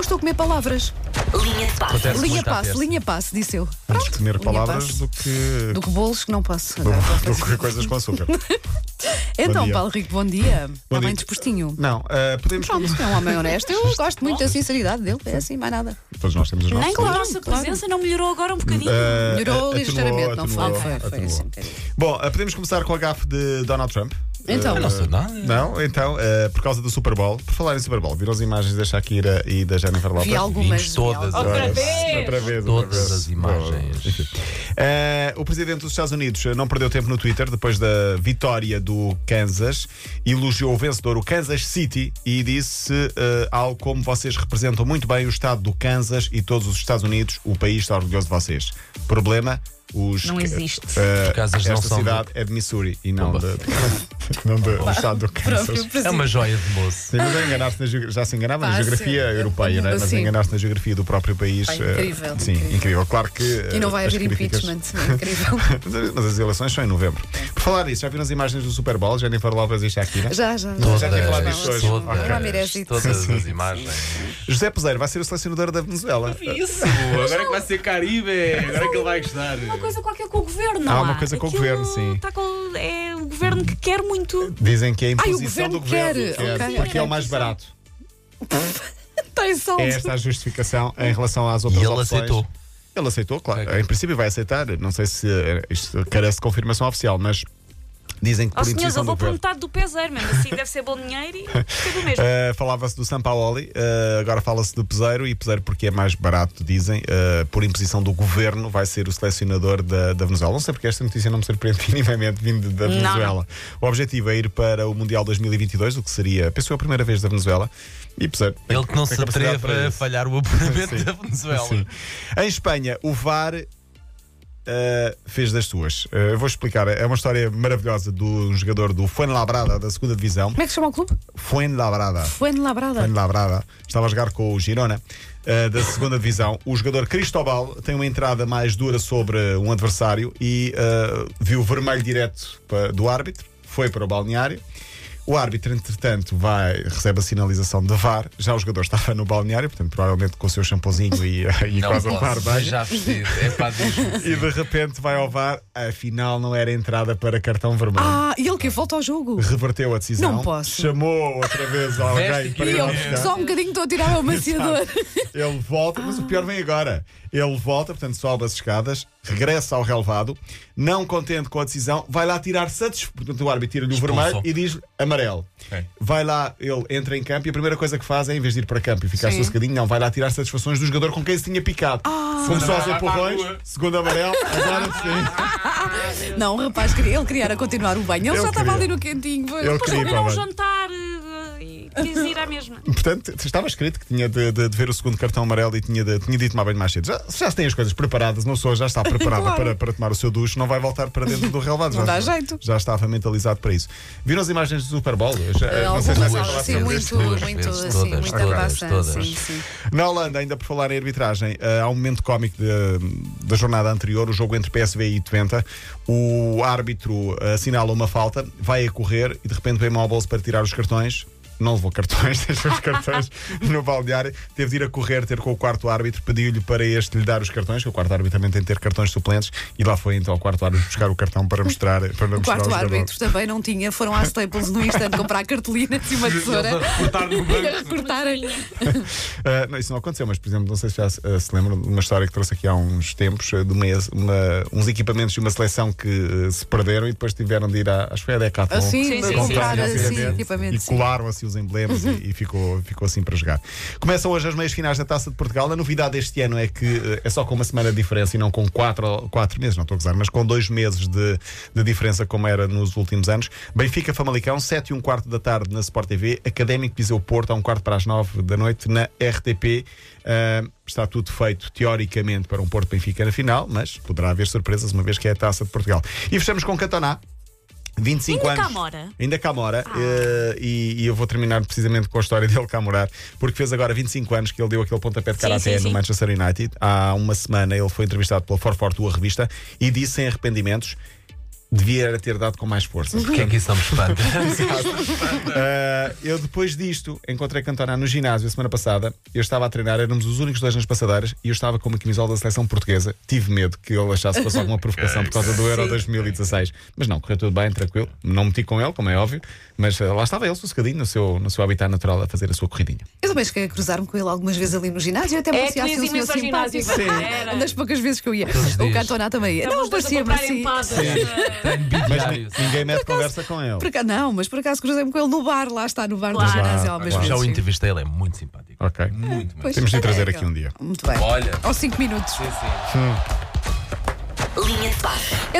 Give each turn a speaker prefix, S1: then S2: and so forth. S1: estou a comer palavras.
S2: Linha de passe.
S3: Acontece
S1: linha
S3: muito à
S1: passe,
S3: festa.
S1: linha passe, disse eu.
S4: Vamos
S1: Pronto,
S4: comer
S1: linha
S4: palavras
S1: passe.
S4: do que,
S1: Do que bolos que não posso.
S4: do-
S1: Agora posso
S4: do que coisas com açúcar.
S1: Então,
S4: dia.
S1: Paulo Rico, bom dia. Está
S4: dia.
S1: bem dispostinho?
S4: Não, eh, podemos.
S1: Pronto, é um homem honesto. Eu gosto muito da sinceridade dele. É assim, mais nada.
S4: Todos nós temos os nossos.
S1: Nem claro.
S2: A nossa
S1: claro.
S2: presença não melhorou agora um bocadinho?
S4: Eh,
S1: Melhorou
S4: atenuou,
S1: ligeiramente, não foi?
S4: atenuou,
S1: Foi, foi
S4: atenuou.
S1: assim um bocadinho.
S4: Bom, eh, podemos começar com a gafe de Donald Trump.
S1: Então.
S4: Eh,
S1: Eu
S3: não sou nada.
S4: Não, então, eh, por causa do Super Bowl. Por falar em Super Bowl, viram as imagens da Shakira e da Jennifer Lopez?
S1: Vi algumas.
S3: Vimos
S1: vi
S3: todas
S1: algumas.
S3: as-
S4: Outra vez! Outra vez, outra
S3: Todas
S4: vez.
S3: as imagens.
S4: Enfim. Eh, o presidente dos Estados Unidos eh, não perdeu tempo no Twitter depois da vitória do Kansas, elogiou o vencedor, o Kansas City, e disse eh, algo como: Vocês representam muito bem o estado do Kansas e todos os Estados Unidos, o país está orgulhoso de vocês. Problema: os.
S2: Não existe.
S4: eh,
S3: Os Kansas não
S4: esta
S3: são
S4: cidade é de Missouri e não,
S3: Pumba.
S4: de, não de- do estado do Kansas.
S3: É uma joia de moço.
S4: Sim, mas enganaste na geogra- já se enganava na
S1: Fácil.
S4: geografia europeia, não é? mas
S1: Ah, Sim.
S4: enganaste na geografia do próprio país.
S1: Pá,
S4: eh,
S1: incrível,
S4: Sim,
S1: incrível.
S4: incrível. Claro que.
S1: E não
S4: eh,
S1: vai
S4: as
S1: haver
S4: críticas-
S1: impeachment. É incrível.
S4: Mas- Mas as eleições são em novembro. Por falar nisso, já viram as imagens do Super Bowl? Jennifer Lopez e Shakira?
S1: Já, já.
S3: Todas,
S4: já tinha falado disso
S3: todas,
S4: hoje. Ok.
S3: todas as imagens.
S4: José Peseiro vai ser o selecionador da Venezuela.
S2: Isso.
S5: Agora é que vai ser Caribe, agora é que ele vai gostar.
S2: Uma coisa qualquer com o governo, não
S4: Há uma coisa com o
S2: Aquilo
S4: governo, sim.
S2: Está com, é o governo que quer muito.
S4: Dizem que é a
S1: Ai, o
S4: imposição do
S1: governo
S4: governo.
S1: quer. Ok.
S4: Porque é o mais barato.
S1: Tem sol.
S4: É esta a justificação em relação às outras
S3: E ele
S4: opções.
S3: aceitou.
S4: Ele aceitou, claro.
S3: Ok.
S4: Em princípio vai aceitar. Não sei se eh, isto carece de confirmação oficial, mas dizem que
S1: Oh,
S2: Ó
S4: por
S2: senhores, eu
S4: imposição É do
S2: vou por
S4: governo.
S2: metade do peseiro mesmo. Assim deve ser bom dinheiro e tudo mesmo.
S4: Uh, Falava-se do Sampaoli, uh, agora fala-se do Peseiro e Peseiro porque é mais barato, dizem, uh, por imposição do governo, vai ser o selecionador da, da Venezuela. Não sei porque esta notícia não me surpreende minimamente vindo da
S2: Não,
S4: Venezuela. O objetivo é ir para o Mundial 2022, o que seria, penso eu, a primeira vez da Venezuela. E Peseiro. tem-
S3: Ele que não se
S4: tem capacidade
S3: atreve
S4: para
S3: a
S4: isso.
S3: falhar o apuramento
S4: Sim.
S3: da Venezuela.
S4: Sim. Em Espanha, o VAR uh, fez das suas. Uh, eu vou explicar. É uma história maravilhosa de um jogador do Fuenlabrada, da segunda divisão.
S1: Como é que se chama o clube?
S4: Fuenlabrada.
S1: Fuenlabrada.
S4: Fuenlabrada. Estava a jogar com o Girona eh, da segunda divisão. O jogador Cristobal tem uma entrada mais dura sobre um adversário e eh, viu vermelho direto pa- do árbitro, foi para o balneário. O árbitro, entretanto, vai, recebe a sinalização de VAR. Já o jogador estava no balneário, portanto, provavelmente com o seu shampoozinho e, e
S3: Não
S4: quase um par
S3: posso,
S4: bem.
S3: já vestido. É pá, diz
S4: E de repente vai ao VAR, afinal não era entrada para cartão vermelho.
S1: Ah, e ele que volta ao jogo.
S4: Reverteu a decisão,
S1: Não posso.
S4: chamou outra vez alguém
S3: Veste
S4: para
S1: E
S4: ir
S1: eu,
S4: lá buscar.
S1: só um bocadinho estou a tirar o amaciador.
S4: Ele volta, mas o pior vem agora. Ele volta, portanto, sobe as escadas, regressa ao relevado, não contente com a decisão, vai lá tirar satisfação. Portanto, o árbitro tira-lhe o
S3: Expulsou.
S4: vermelho e diz amarelo.
S3: Ok.
S4: Vai lá, ele entra em campo e a primeira coisa que faz é, em vez de ir para campo e ficar
S1: Sim.
S4: sossegadinho, não, vai lá tirar satisfações do jogador com quem se tinha picado. Começou
S5: Vai
S4: aos
S5: para a
S4: empurrões,
S5: rua.
S4: segundo amarelo, agora sim.
S1: Não, o rapaz, queria, ele queria era continuar o banho. Ele
S4: Eu
S1: já estava
S4: queria.
S1: ali no cantinho. Foi.
S4: Eu
S2: Depois
S4: queria,
S2: comeram um
S4: pá,
S2: jantar eh, e quis ir à mesma.
S4: Portanto, estava escrito que tinha de, de- de ver o segundo cartão amarelo e tinha, de, tinha de ir tomar banho mais cedo. Já, já se tem as coisas preparadas, uma pessoa já está preparada
S1: Claro.
S4: para, para tomar o seu duche, não vai voltar para dentro do relevado.
S1: Não
S4: já,
S1: dá jeito.
S4: Já estava mentalizado para isso. Viram as imagens do Super Bowl? Já- não sei
S1: É, Algumas
S4: se já
S1: aulas,
S4: falaste
S1: sim,
S4: sobre
S1: muito,
S4: isto.
S3: duas
S1: muito,
S3: vezes,
S1: assim,
S3: todas,
S1: muita
S3: todas,
S1: massa.
S3: todas.
S1: Sim, sim.
S4: Na Holanda, ainda por falar em arbitragem, eh, há um momento cómico de- da jornada anterior, o jogo entre PSV e Twente. O árbitro assinala uma falta, vai a correr e de repente vem-me ao bolso para tirar os cartões. Não levou cartões, deixou os cartões no balneário. Teve de ir a correr, ter com o quarto árbitro, pediu-lhe para este lhe dar os cartões, que o quarto árbitro também tem de ter cartões suplentes. E lá foi então o quarto árbitro buscar o cartão para mostrar. Para
S1: O
S4: mostrar ao
S1: quarto
S4: jogador.
S1: árbitro também não tinha, foram à Staples no instante comprar cartolinas e uma tesoura
S5: Cortar no
S1: e
S5: banco.
S1: a recortarem.
S4: Uh, não, isso não aconteceu, mas por exemplo, não sei se já se, uh, se lembram de uma história que trouxe aqui há uns tempos uh, de uma, uma- uns equipamentos de uma seleção que uh, se perderam e depois tiveram de ir à, acho que foi à Decathlon
S1: Assim,
S2: Sim,
S1: para
S2: sim,
S1: comprar
S2: sim,
S1: assim,
S4: obviamente,
S1: equipamento.
S4: e
S1: sim.
S4: colaram assim os emblemas e, e ficou, ficou assim para jogar. Começam hoje as meias finais da Taça de Portugal. A novidade deste ano é que eh, é só com uma semana de diferença e não com quatro, ou- quatro meses, não estou a gozar, mas com dois meses de, de diferença como era nos últimos anos. Benfica Famalicão, 7 e um quarto da tarde na Sport TV, Académico Viseu Porto, a um quarto para as 9 da noite na RTP. Ah, está tudo feito teoricamente para um Porto Benfica na final, mas poderá haver surpresas uma vez que é a Taça de Portugal. E fechamos com Catoná. 25
S2: Ainda
S4: anos.
S2: cá mora?
S4: Ainda cá mora.
S2: Ah.
S4: eh, e, e eu vou terminar precisamente com a história dele cá morar, porque fez agora 25 anos que ele deu aquele pontapé de
S2: Sim,
S4: karaté
S2: sim,
S4: no
S2: sim.
S4: Manchester United. Há uma semana ele foi entrevistado pela Forfortua revista e disse sem arrependimentos. devia era ter dado com mais força.
S2: Uhum.
S3: Porquê é que isso não me espanta?
S4: Ah, eu depois disto encontrei Cantona no ginásio a semana passada. Eu estava a treinar, éramos os únicos dois nas passadeiras e eu estava com uma camisola da seleção portuguesa. Tive medo que ele achasse que fosse alguma provocação por causa do Euro 2016. Mas não, correu tudo bem, tranquilo. Não meti com ele, como é óbvio. Mas ah, lá estava ele, sossegadinho, no seu, no seu habitat natural, a fazer a sua corridinha.
S1: Eu também cheguei a cruzar-me com ele algumas vezes ali no ginásio, até me
S6: É,
S1: parecia
S6: tu ias
S1: assim um senhor
S6: imenso ao ginásio.
S1: simpático.
S6: Era. Então
S1: Uma das poucas vezes que eu ia.
S3: Aqueles
S1: O
S3: dias.
S1: Cantona também ia. Não,
S6: Estávamos dois a
S1: parecia-me
S6: comprar
S1: assim.
S6: empadas.
S2: eh,
S3: Tenho
S4: Mas
S3: bilhários.
S4: ni- ninguém mete conversa com ele.
S1: Por acaso- não, mas por acaso cruzei-me com ele no bar, lá está, no bar
S6: Claro.
S1: do ginásio
S4: assim.
S1: algumas
S3: Já o
S1: vezes.
S3: entrevistei, ele é muito simpático.
S4: Ok.
S3: Muito, muito.
S1: Pois,
S4: Temos de trazer
S1: olha,
S4: aqui um dia.
S1: Muito bem.
S3: Olha.
S1: Aos 5 minutos.
S3: Sim, sim.
S6: Linha de passe.